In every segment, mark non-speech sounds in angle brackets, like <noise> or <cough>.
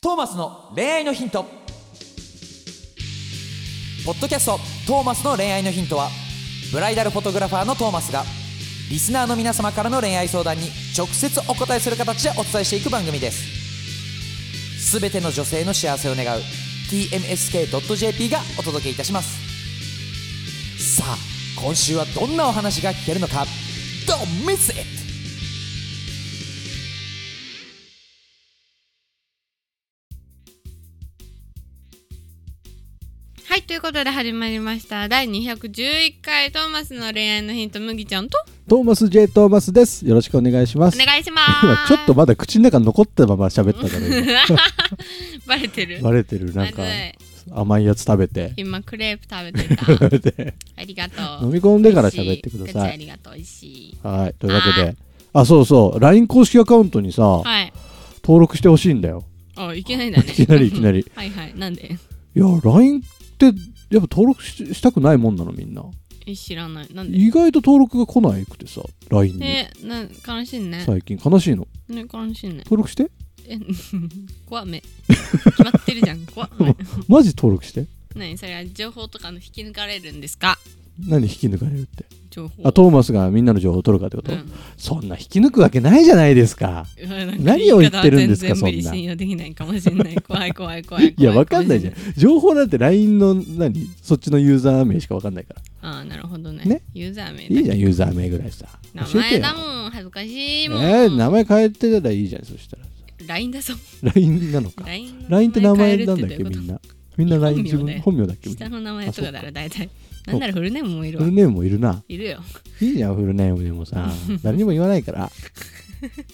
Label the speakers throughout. Speaker 1: トーマスの恋愛のヒントポッドキャスト「トーマスの恋愛のヒントは」ブライダルフォトグラファーのトーマスがリスナーの皆様からの恋愛相談に直接お答えする形でお伝えしていく番組ですすべての女性の幸せを願う TMSK.jp がお届けいたしますさあ今週はどんなお話が聞けるのか Don't miss it!
Speaker 2: はい、ということで始まりました。第211回トーマスの恋愛のヒント、麦ちゃん
Speaker 3: <laughs>
Speaker 2: と
Speaker 3: トーマス J トーマスです。よろしくお願いしま
Speaker 2: お
Speaker 3: す。
Speaker 2: 願いしま
Speaker 3: 今
Speaker 2: す。
Speaker 3: ちょっとまだ口の中残ったまま喋ったか
Speaker 2: <laughs>
Speaker 3: ら今
Speaker 2: バレてる。
Speaker 3: バレてるなんか
Speaker 2: まずい
Speaker 3: 甘いやつ食べて
Speaker 2: 今クレープ食べて
Speaker 3: <laughs>
Speaker 2: た。
Speaker 3: 食べて
Speaker 2: ありがとう。
Speaker 3: 飲み込んでから喋ってくだ
Speaker 2: 美味しい
Speaker 3: さ
Speaker 2: 口あ
Speaker 3: い。
Speaker 2: りがとう。美味しい。
Speaker 3: はいというわけであそうそう LINE 公式アカウントにさ、
Speaker 2: はい。
Speaker 3: 登録してほしいんだよ。
Speaker 2: あ、いきなりだね。
Speaker 3: <laughs> いきなりいきなり。
Speaker 2: <laughs> はいはい。なんで
Speaker 3: いや LINE ってやっぱ登録ししたくないもんなのみんな
Speaker 2: え知らない。なんで
Speaker 3: 意外と登録が来ないくてさ LINE に
Speaker 2: え、なん悲しいね。
Speaker 3: 最近悲しいの
Speaker 2: ね、悲しいね。
Speaker 3: 登録して
Speaker 2: え、 <laughs> 怖
Speaker 3: <laughs>
Speaker 2: め。決まってるじゃん。怖め。
Speaker 3: マジ登録して
Speaker 2: 何それは情報とかの引き抜かれるんですか
Speaker 3: 何引き抜かれるって
Speaker 2: 情報。
Speaker 3: あトーマスがみんなの情報を取るかってこと、そんな引き抜くわけないじゃないですか。
Speaker 2: うわなんか
Speaker 3: 何を言ってるんですか
Speaker 2: 言い方は全然無理
Speaker 3: そんな
Speaker 2: 信用できないかもしれない。
Speaker 3: <laughs>
Speaker 2: 怖い怖い怖い怖い。
Speaker 3: いや、わかんないじゃん
Speaker 2: ん。。
Speaker 3: 情報なんて LINE の何そっちのユーザー名しかわかんないから。
Speaker 2: ああ、なるほどね。
Speaker 3: ね
Speaker 2: ユーザー名だ
Speaker 3: いいじゃん、ユーザー名ぐらいさ。
Speaker 2: 名
Speaker 3: 教えて
Speaker 2: 前
Speaker 3: よ
Speaker 2: だもん、恥ずかしい
Speaker 3: え
Speaker 2: もん。
Speaker 3: ー名前変えてたらいいじゃん、そしたら。
Speaker 2: LINE だぞ。
Speaker 3: LINE なのか。
Speaker 2: LINE の
Speaker 3: LINE って名前
Speaker 2: 変え
Speaker 3: なん
Speaker 2: るっ
Speaker 3: だってけ、
Speaker 2: どういう
Speaker 3: み
Speaker 2: こ
Speaker 3: んな。みんな LINE
Speaker 2: 本名
Speaker 3: 自
Speaker 2: だよ
Speaker 3: 分本名だっ
Speaker 2: と
Speaker 3: けみんな
Speaker 2: 下の名前とかだ
Speaker 3: あそ
Speaker 2: ら大体。なんならフルネームもいる
Speaker 3: フ
Speaker 2: わ
Speaker 3: ル。ネームもいるな。
Speaker 2: いるよ。
Speaker 3: いいじゃん、フルネームでもさ。誰にも言わないから。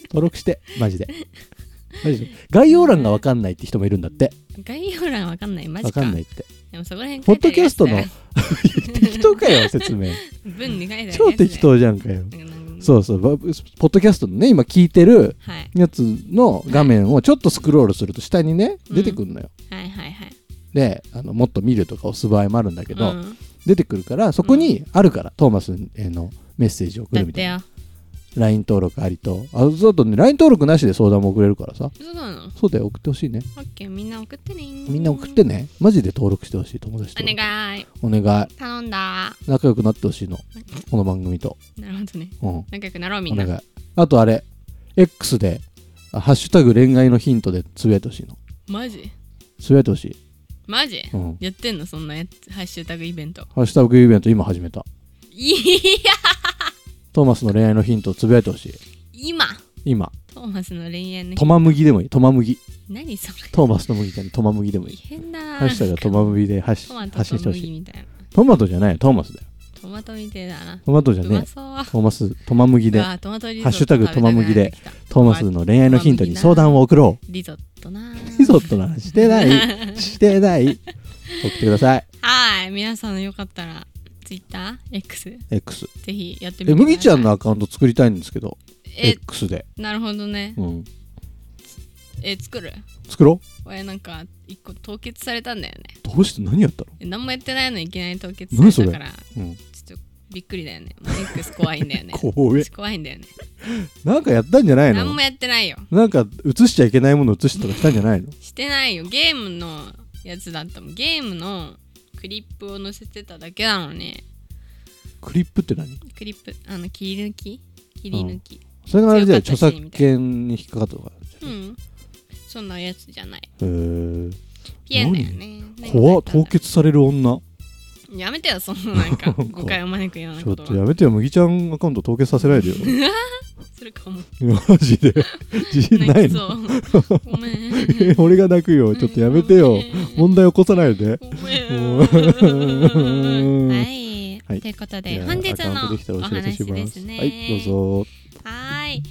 Speaker 3: 登録して、マジで。マジで概要欄がわかんないって人もいるんだって。
Speaker 2: 概要欄わかんない。マジ
Speaker 3: わ
Speaker 2: か。
Speaker 3: かんないって。
Speaker 2: でもそこら辺
Speaker 3: ポ
Speaker 2: 書
Speaker 3: ッ
Speaker 2: いて
Speaker 3: ド
Speaker 2: ある
Speaker 3: キャ
Speaker 2: や
Speaker 3: ス
Speaker 2: つだ
Speaker 3: ト
Speaker 2: よ
Speaker 3: の <laughs> 適当か
Speaker 2: <laughs>
Speaker 3: よ、説明。
Speaker 2: 文に書いてあるやつだよ
Speaker 3: 超適。当じゃんか
Speaker 2: な
Speaker 3: よ。
Speaker 2: んか
Speaker 3: そうそう、ばポッドキャストのね、今聞いてる
Speaker 2: はい
Speaker 3: やつの画面をちょっとスクロールすると下にね、
Speaker 2: うん
Speaker 3: 出てくるのよ。
Speaker 2: はいはいはい。
Speaker 3: であの、もっと見るとか押す場合もあるんだけど、
Speaker 2: うん
Speaker 3: 出てくるから、そこにあるから、トーマスへのメッセージを送
Speaker 2: だっ
Speaker 3: るみた
Speaker 2: て
Speaker 3: いな。
Speaker 2: よ。
Speaker 3: LINE 登録ありと。あ、そうだね、LINE 登録なしで相談も送れるからさ。
Speaker 2: そうなの
Speaker 3: そうだよ、送ってほしいね。
Speaker 2: オッケー、みんな送ってね。
Speaker 3: みんな送って。ね。マジで登録してほしい、友達
Speaker 2: お
Speaker 3: と。
Speaker 2: 願い。
Speaker 3: お願い。
Speaker 2: 頼んだ。
Speaker 3: 仲良くなってほしいの。この番組と。
Speaker 2: なるほどね。
Speaker 3: うん。
Speaker 2: 仲良くなろうみ
Speaker 3: お
Speaker 2: んな。
Speaker 3: 願いあとあれ X で「あハッシュタグ恋愛のヒント」でつぶやいてほしいの
Speaker 2: マジ
Speaker 3: つぶやいてほしい、
Speaker 2: マジ、
Speaker 3: うん、
Speaker 2: やってんのそんなやつハッシュタグイベント。
Speaker 3: ハッシュタグイベント今始めた
Speaker 2: いや
Speaker 3: トーマスの恋愛のヒントをつぶやいてほしい
Speaker 2: 今
Speaker 3: 今
Speaker 2: トーマスの恋愛の
Speaker 3: トマ麦でもいいトマ麦
Speaker 2: 何それ
Speaker 3: トーマスの麦ちゃんにトマ麦でもい
Speaker 2: 異
Speaker 3: い
Speaker 2: 変だな
Speaker 3: ハッシュタグはトマ麦で発
Speaker 2: トマ
Speaker 3: 信
Speaker 2: ト
Speaker 3: 発信して
Speaker 2: と
Speaker 3: ほしい
Speaker 2: 麦みたいな。
Speaker 3: トマトじゃないよトーマスだよ
Speaker 2: トマトみたいだな。
Speaker 3: トマトじゃ
Speaker 2: うま
Speaker 3: ね
Speaker 2: そう。
Speaker 3: えトーマストマ麦で
Speaker 2: うわトマトリゾット
Speaker 3: ハッシュタグトマムギで
Speaker 2: 食べたくなってき
Speaker 3: トーマスの恋愛のヒントに相談を送ろう
Speaker 2: た。リゾットな。
Speaker 3: リゾットの話してない
Speaker 2: <laughs>
Speaker 3: してない送ってください
Speaker 2: はい、皆さんよかったら、ツイッター ?X?
Speaker 3: X
Speaker 2: ぜひやってみて
Speaker 3: え
Speaker 2: ください。
Speaker 3: 麦ちゃんのアカウント作りたいんですけど
Speaker 2: え、
Speaker 3: X で、
Speaker 2: なるほどね。
Speaker 3: うん、
Speaker 2: え、作る
Speaker 3: 作ろ
Speaker 2: 俺なんか、一個凍結されたんだよね。
Speaker 3: うどうして何やったの、
Speaker 2: え何もやってないのにいきなり凍結
Speaker 3: 何
Speaker 2: されたから
Speaker 3: うん、
Speaker 2: ちょっとびっくりだよね。マニックス怖いんだよね。
Speaker 3: 怖え
Speaker 2: 私怖いんだよね。
Speaker 3: なんかやったんじゃない
Speaker 2: 何
Speaker 3: の
Speaker 2: もやってないよ。
Speaker 3: なんか映しちゃいけないもの映したとかしたんじゃないの
Speaker 2: してないよ。ゲームのやつだったもん。ゲームのクリップを載せてただけなのに、
Speaker 3: クリップって何
Speaker 2: クリップ、あの、切り抜き切り抜き。
Speaker 3: それがあれじゃあ
Speaker 2: 強
Speaker 3: 著
Speaker 2: かったし
Speaker 3: 作権に引っかかったとか
Speaker 2: うん。そんなやつじゃない。
Speaker 3: へー
Speaker 2: ピエンだよね。何書
Speaker 3: 怖っ
Speaker 2: い
Speaker 3: 凍
Speaker 2: てあったんだ
Speaker 3: 結される女
Speaker 2: やめてよ、そのなんか
Speaker 3: <laughs> 怖い
Speaker 2: 誤解を招くような
Speaker 3: ちょ
Speaker 2: こ
Speaker 3: っ
Speaker 2: と
Speaker 3: と
Speaker 2: は。
Speaker 3: やめてよ麦ちゃんアカウント凍結させないでよ
Speaker 2: <laughs> するかも。
Speaker 3: マジで自信 <laughs> ない
Speaker 2: 泣き
Speaker 3: の
Speaker 2: そう。ごめん。
Speaker 3: <laughs> 俺が泣くよちょっとやめてよ問題起こさないで
Speaker 2: ごめん
Speaker 3: もう
Speaker 2: はい、
Speaker 3: はい
Speaker 2: ということ
Speaker 3: い
Speaker 2: で
Speaker 3: や
Speaker 2: 本日
Speaker 3: アカウントできた
Speaker 2: の
Speaker 3: ら
Speaker 2: お
Speaker 3: お知らせし
Speaker 2: 話
Speaker 3: ま
Speaker 2: です
Speaker 3: す
Speaker 2: ね
Speaker 3: はいどうぞ
Speaker 2: はーい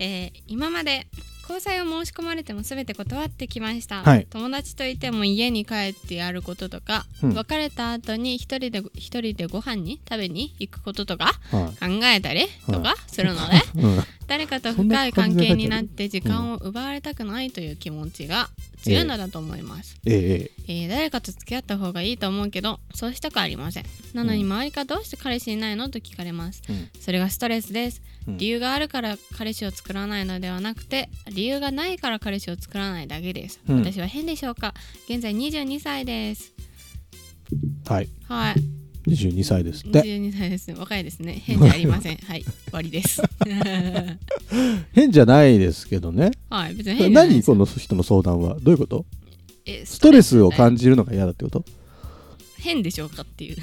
Speaker 2: えー今まで交際を申し込まれても全て断ってきました、
Speaker 3: はい
Speaker 2: 友達といても家に帰ってやることとか、
Speaker 3: うん
Speaker 2: 別れた後に一人で一人でご飯に食べに行くこととか
Speaker 3: は
Speaker 2: 考えたりとかするので、
Speaker 3: <laughs> い、うん
Speaker 2: 誰かと
Speaker 3: そ
Speaker 2: 深
Speaker 3: んない感
Speaker 2: 関
Speaker 3: じで
Speaker 2: 係
Speaker 3: 書いてある
Speaker 2: になって時間を奪われたくないという気持ちが自由なだと思います、
Speaker 3: えええ
Speaker 2: えー誰かと付き合った方がいいと思うけどそうしたくありませんなのに周りからどうして彼氏いないのと聞かれます
Speaker 3: えうん
Speaker 2: それがストレスです、
Speaker 3: うん
Speaker 2: 理由があるから彼氏を作らないのではなくて理由がないから彼氏を作らないだけです、
Speaker 3: うん
Speaker 2: 私は変でしょうか現在22歳です
Speaker 3: はい
Speaker 2: はい
Speaker 3: 22歳ですって
Speaker 2: 22歳ですね若いですね変じゃありませんはい終わりです
Speaker 3: <laughs> 変じゃないですけどね
Speaker 2: はい別に変じゃないで
Speaker 3: 何
Speaker 2: す
Speaker 3: この人の相談はどういうこと
Speaker 2: え
Speaker 3: ストレスを
Speaker 2: だよ
Speaker 3: 感じるのが嫌だってこと
Speaker 2: 変でしょうかっていう、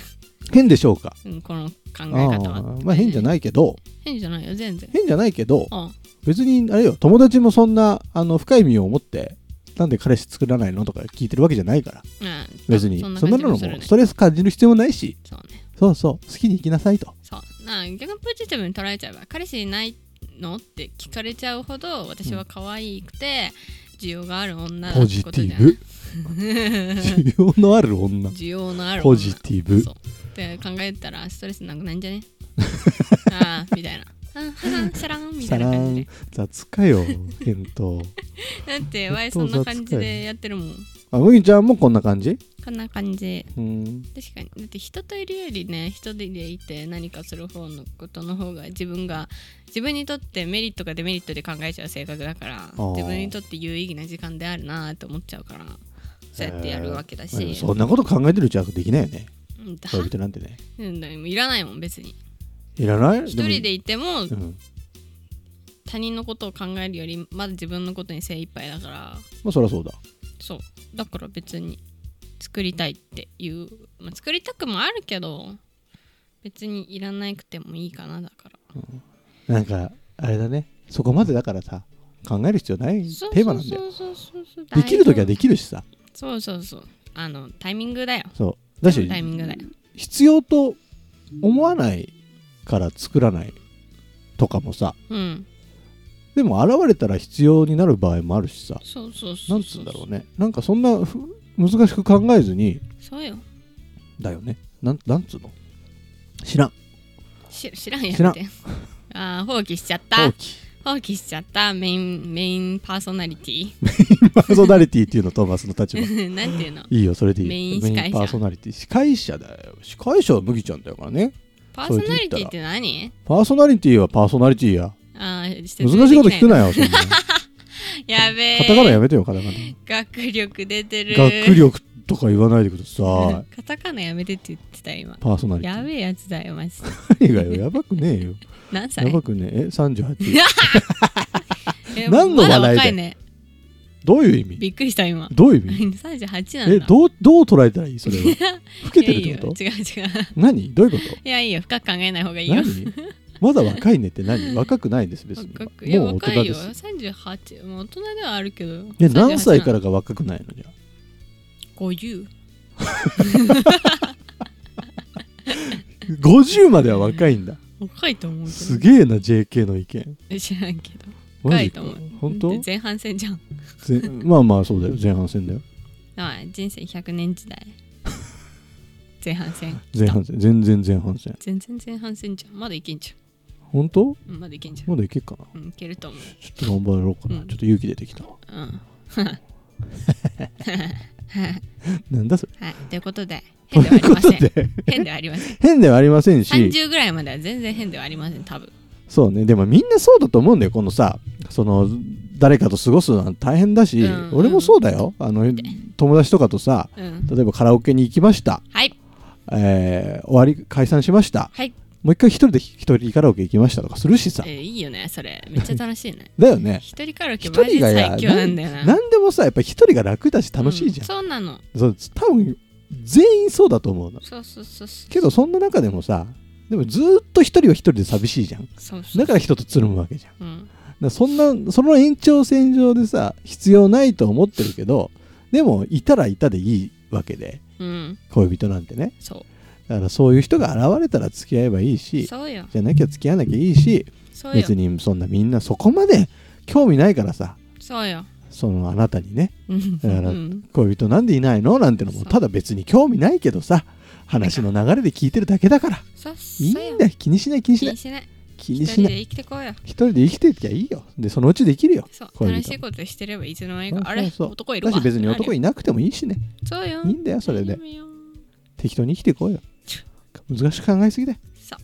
Speaker 3: 変でしょうか
Speaker 2: うん、この考え
Speaker 3: あ
Speaker 2: 方
Speaker 3: あ
Speaker 2: は
Speaker 3: まあ変じゃないけど
Speaker 2: 変じゃないよ全然
Speaker 3: 変じゃないけど
Speaker 2: あ
Speaker 3: 別にあれよ友達もそんなあの深い意味を持ってなんで彼氏作らないのとか聞いてるわけじゃないから
Speaker 2: うん
Speaker 3: 別にそん
Speaker 2: そん
Speaker 3: な
Speaker 2: なの
Speaker 3: のも
Speaker 2: も
Speaker 3: ス
Speaker 2: そ
Speaker 3: トレス感じる必要もないし
Speaker 2: そうね
Speaker 3: そうそう好きに行きなさいと
Speaker 2: そうな逆にポジティブに捉えちゃえば彼氏いないのって聞かれちゃうほど私は可愛くて需要がある女
Speaker 3: ポ
Speaker 2: っ
Speaker 3: ジ
Speaker 2: てことじ
Speaker 3: テ
Speaker 2: ゃ
Speaker 3: ィ
Speaker 2: ない
Speaker 3: ブ需要のある女
Speaker 2: 需要のある女
Speaker 3: ポジティブ
Speaker 2: そうって考えたらストレスなくないんじゃ
Speaker 3: <laughs>
Speaker 2: ねああみたいなあははシャランみた
Speaker 3: さ
Speaker 2: い
Speaker 3: ら
Speaker 2: な感じ
Speaker 3: ん雑かよ検討
Speaker 2: でだってワイそんな感じでやってるもん
Speaker 3: あ麦ちゃんもこんな感じ
Speaker 2: こんな感じ
Speaker 3: うん
Speaker 2: 確かにだって人といるよりね人でいて何かする方のことの方が自分が自分にとってメリットかデメリットで考えちゃう性格だから
Speaker 3: ー
Speaker 2: 自分にとって有意義な時間であるなと思っちゃうからそうやってやるわけだし、
Speaker 3: うんそんなこと考えてるうちはできないよ
Speaker 2: <laughs>
Speaker 3: ね
Speaker 2: うんだ
Speaker 3: 恋人なんてね
Speaker 2: うんだいらないもん別に
Speaker 3: いらない
Speaker 2: 一人で
Speaker 3: い
Speaker 2: いても
Speaker 3: うん
Speaker 2: 他人のことを考えるよりまだ自分のことに精一杯だから
Speaker 3: まあそりゃそうだ
Speaker 2: そうだから別に作りたいっていう、まあ、作りたくもあるけど別にいらなくてもいいかなだから
Speaker 3: なんかあれだねそこまでだからさ考える必要ないテーマなんだよ
Speaker 2: そうそうそうそう
Speaker 3: できる時はで
Speaker 2: き
Speaker 3: きるしさ
Speaker 2: そうそうそうあのタイミングだよ
Speaker 3: そうだし
Speaker 2: タイミングだよ
Speaker 3: 必要と思わないから作らないとかもさ
Speaker 2: うん
Speaker 3: でも現れたら必要になる場合もあるしさ
Speaker 2: そうそうそう
Speaker 3: なんつうんだろうねなんかそんなふ難しく考えずに
Speaker 2: そうよ
Speaker 3: だよねなんなんつうの知らん
Speaker 2: し知らんや
Speaker 3: 知らん
Speaker 2: って <laughs> あー放棄しちゃっ
Speaker 3: 放
Speaker 2: た
Speaker 3: 棄
Speaker 2: 放棄しちゃったメインメインパーソナリティ
Speaker 3: パーソナリティっていうのトーマスの立場い
Speaker 2: <laughs> なんていう
Speaker 3: <laughs>
Speaker 2: の
Speaker 3: いよそれでいい
Speaker 2: メイン司会者
Speaker 3: メパーソナリティ司会者だよ司会者は麦ちゃんだよからね
Speaker 2: パーソナリティって何
Speaker 3: パーソナリティはパーソナリティや
Speaker 2: あー説
Speaker 3: 難
Speaker 2: 明
Speaker 3: しいこと聞く
Speaker 2: で <laughs>
Speaker 3: なよそんな
Speaker 2: きないやべえ
Speaker 3: カタカナやめてよカタカナ
Speaker 2: 学力出てる <laughs>
Speaker 3: 学力とか言わないでください
Speaker 2: カタカナやめてって言ってた今
Speaker 3: パーソナリティ
Speaker 2: やべえやつだよマジで
Speaker 3: 何がよやばく
Speaker 2: <laughs>
Speaker 3: ねえよ
Speaker 2: 何歳
Speaker 3: やばくねええ38
Speaker 2: <laughs> え
Speaker 3: 何の
Speaker 2: ま
Speaker 3: 話題だよ
Speaker 2: だ若いね
Speaker 3: どういう意味
Speaker 2: <laughs> びっくりした今
Speaker 3: どういう意味
Speaker 2: 38なんだ
Speaker 3: えどうどう捉えたらいい
Speaker 2: <laughs>
Speaker 3: それは老けてるってこと
Speaker 2: いやいいよ違う違う
Speaker 3: 何どういうこ
Speaker 2: いやいいよ深く考えない方がいい
Speaker 3: と
Speaker 2: よ
Speaker 3: 何まだ若いねっ
Speaker 2: <laughs>
Speaker 3: て何若くないです別に
Speaker 2: 若くいや
Speaker 3: もう大
Speaker 2: 若
Speaker 3: 人
Speaker 2: い
Speaker 3: で
Speaker 2: よ
Speaker 3: す
Speaker 2: 38もう大人ではあるけど
Speaker 3: え何歳かららが若くないのじゃあ
Speaker 2: 50
Speaker 3: 50までは若いんだ
Speaker 2: 若いと思う
Speaker 3: す
Speaker 2: け
Speaker 3: げえな JK の意見
Speaker 2: ど知らんけど
Speaker 3: マ
Speaker 2: 若い
Speaker 3: ジ
Speaker 2: と
Speaker 3: か
Speaker 2: 思う
Speaker 3: 本当
Speaker 2: だって前半戦じゃん
Speaker 3: ぜまあまあそうだよ前半戦だよ
Speaker 2: ああ人生100年時代前半戦
Speaker 3: 前半戦全然前半戦
Speaker 2: 全然前半戦じゃんまだいけんじ
Speaker 3: 本当
Speaker 2: ゃんうんまだいけんじゃん
Speaker 3: まだいけっかな
Speaker 2: うんいけると思う
Speaker 3: ちょっと頑張ろうかな、
Speaker 2: うん
Speaker 3: ちょっと勇気出てきたわ
Speaker 2: うん
Speaker 3: なんだそれ
Speaker 2: はいということで
Speaker 3: と
Speaker 2: 変ではあ
Speaker 3: いう
Speaker 2: り
Speaker 3: こ
Speaker 2: ま
Speaker 3: と
Speaker 2: せん
Speaker 3: で
Speaker 2: 変ではありま
Speaker 3: <laughs>
Speaker 2: せん
Speaker 3: 変ではありませんし
Speaker 2: 30ぐらいまでは全然変ではありません多分
Speaker 3: そうねでもみんなそうだと思うんだよこのさその誰かと過ごすのは大変だし、
Speaker 2: うん
Speaker 3: 俺もそうだよあの友達とかとさ
Speaker 2: うん
Speaker 3: 例えばカラオケに行きました、
Speaker 2: はい
Speaker 3: えー終わり解散しました
Speaker 2: はい
Speaker 3: もう一回一人で一人カラオケ行きましたとかするしさ
Speaker 2: えーいいよねそれめっちゃ楽しいね
Speaker 3: だよね
Speaker 2: 一人カラオケ
Speaker 3: 一
Speaker 2: マジ
Speaker 3: 人がや
Speaker 2: 最強なんだよな
Speaker 3: 何でもさやっぱり一人が楽だし楽しいじゃん、
Speaker 2: うんそうなの
Speaker 3: そう多分全員そうだと思うの
Speaker 2: そうそうそうそう
Speaker 3: けどそんな中でもさでもずーっと一人は一人で寂しいじゃん
Speaker 2: そうそう
Speaker 3: だから人とつるむわけじゃん
Speaker 2: うん
Speaker 3: だからそんなその延長線上でさ必要ないと思ってるけどでもいたらいたでいいわけで
Speaker 2: うん
Speaker 3: 恋人なんてね
Speaker 2: そ
Speaker 3: だからそういう人が現れたら付き合えばいいうし
Speaker 2: そうよ
Speaker 3: じゃなきゃ付き合わなきゃいいし
Speaker 2: そうよ
Speaker 3: 別にそんなみんなそこまで興味ないからさ
Speaker 2: そうよ
Speaker 3: そのあなたにね
Speaker 2: うん
Speaker 3: だから
Speaker 2: うん
Speaker 3: 恋人なんでいないのなんての
Speaker 2: そ
Speaker 3: も
Speaker 2: う
Speaker 3: ただ別に興味ないけどさ話の流れで聞いてるだけだから
Speaker 2: そうそう
Speaker 3: いい
Speaker 2: よ
Speaker 3: んだよ気にしない気にし
Speaker 2: 気
Speaker 3: ない
Speaker 2: にしない
Speaker 3: 気
Speaker 2: 一
Speaker 3: にし
Speaker 2: 人
Speaker 3: な
Speaker 2: で
Speaker 3: い
Speaker 2: 生きてこうよ
Speaker 3: 一人で生きてきゃいいよでそのうちできるよ
Speaker 2: そう
Speaker 3: 恋人
Speaker 2: 楽しいことしてればいつの間にかあ
Speaker 3: そ
Speaker 2: れ
Speaker 3: うそうそう
Speaker 2: 男いる
Speaker 3: だ
Speaker 2: わ
Speaker 3: し別に
Speaker 2: ってなる
Speaker 3: 男
Speaker 2: よ
Speaker 3: いなくてもいいしね
Speaker 2: そうよ
Speaker 3: いいんだよそれで
Speaker 2: 大丈夫よ
Speaker 3: 適当に生きていこうよ
Speaker 2: ち
Speaker 3: 難しく考えすぎだよ
Speaker 2: そう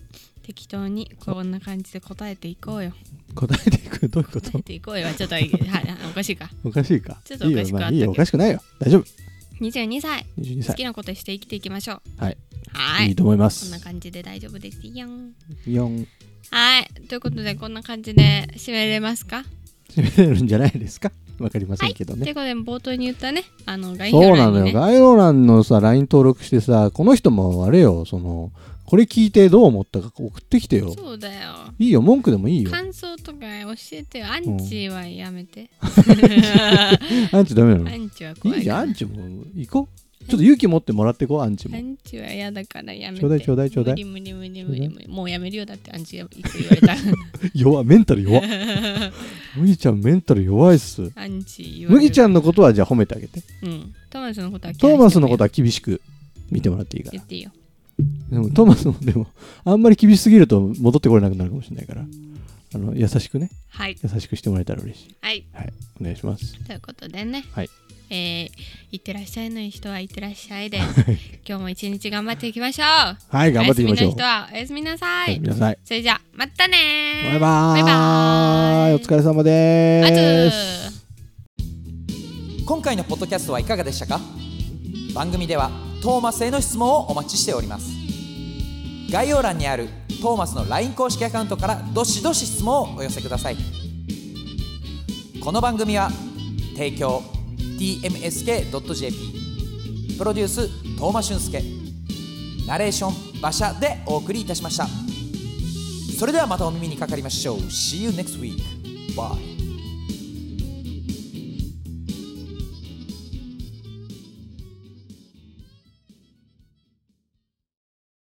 Speaker 2: 適当にこんな感じで答えていこうよ
Speaker 3: 答えていくどういうこ
Speaker 2: 答
Speaker 3: と
Speaker 2: えていこうよは <laughs> ちょっとはいはいおかしいか
Speaker 3: おかしいか
Speaker 2: ちょっとおかしくはあったけど
Speaker 3: いいよ,、まあ、いいよおかしくないよ大丈夫
Speaker 2: 22歳
Speaker 3: 22
Speaker 2: 好
Speaker 3: 歳
Speaker 2: きなことして生きていきましょう
Speaker 3: はい
Speaker 2: はい
Speaker 3: いいと思いま
Speaker 2: こん
Speaker 3: す
Speaker 2: な感じで大丈夫ですよん
Speaker 3: 4
Speaker 2: はいということでこんな感じで締めれますか
Speaker 3: <laughs> 締めれるんじゃないですかわかりませんけど
Speaker 2: とい
Speaker 3: ね、
Speaker 2: うことで冒頭に言ったねあの概要
Speaker 3: そうな
Speaker 2: 欄に
Speaker 3: の
Speaker 2: ね
Speaker 3: よ概要欄のさ LINE 登録してさこの人もあれよそのこれ聞いてどう思ったか送ってきてよ
Speaker 2: そうだよ
Speaker 3: いいよ文句でもいいよ
Speaker 2: 感想とか教えてよアンチはやめて、
Speaker 3: アンチダメな
Speaker 2: ア
Speaker 3: の
Speaker 2: ンチは怖
Speaker 3: い
Speaker 2: い
Speaker 3: いじゃ
Speaker 2: か
Speaker 3: ん
Speaker 2: ら
Speaker 3: アンチも行こうちょっと勇気持ってもらってこうアンチ
Speaker 2: ア
Speaker 3: も
Speaker 2: ンチは嫌だからやめて
Speaker 3: ちょうだいちょうだいちょうだい
Speaker 2: 無理無理無理無理無理もうやめるよだってアンチがいつ言われ
Speaker 3: <laughs>
Speaker 2: た
Speaker 3: 弱メンタル弱
Speaker 2: <laughs>
Speaker 3: 麦ちゃんメンタル弱いっす
Speaker 2: アンチ言われる
Speaker 3: 麦ちゃんのことはじゃあ褒めてあげて
Speaker 2: うんトーマスのことは
Speaker 3: トーマスのこと
Speaker 2: は
Speaker 3: は厳しく見てもらっていいから
Speaker 2: 言っていいよ
Speaker 3: でもトーマスもでもあんまり厳しすぎると戻ってこれなくなるかもしれないからあの優しくね
Speaker 2: はい
Speaker 3: 優しくしてもらえたら嬉しい
Speaker 2: はい
Speaker 3: はいお願いします
Speaker 2: ということでね
Speaker 3: はい
Speaker 2: えー、いってらっしゃいの人はいってらっしゃいで今日も一日頑張っていきましょう
Speaker 3: はい頑張っていきましょう
Speaker 2: おやすみの人はおやすみなさ
Speaker 3: おやす
Speaker 2: い
Speaker 3: みなさい
Speaker 2: それじゃあまたねー
Speaker 3: バイバーイ
Speaker 2: バイバーイ
Speaker 3: お疲れ様で
Speaker 2: あず
Speaker 3: ーす
Speaker 2: ー
Speaker 1: 今回のポッドキャストはいかがでしたか番組ではトーマスへの質問をお待ちしております概要欄にあるトーマスの LINE 公式アカウントからどしどし質問をお寄せくださいこの番組は提供 tmsk.jp プロデューストーマ俊介ナレーション馬車でお送りいたしましたそれではまたお耳にかかりましょう See you next week Bye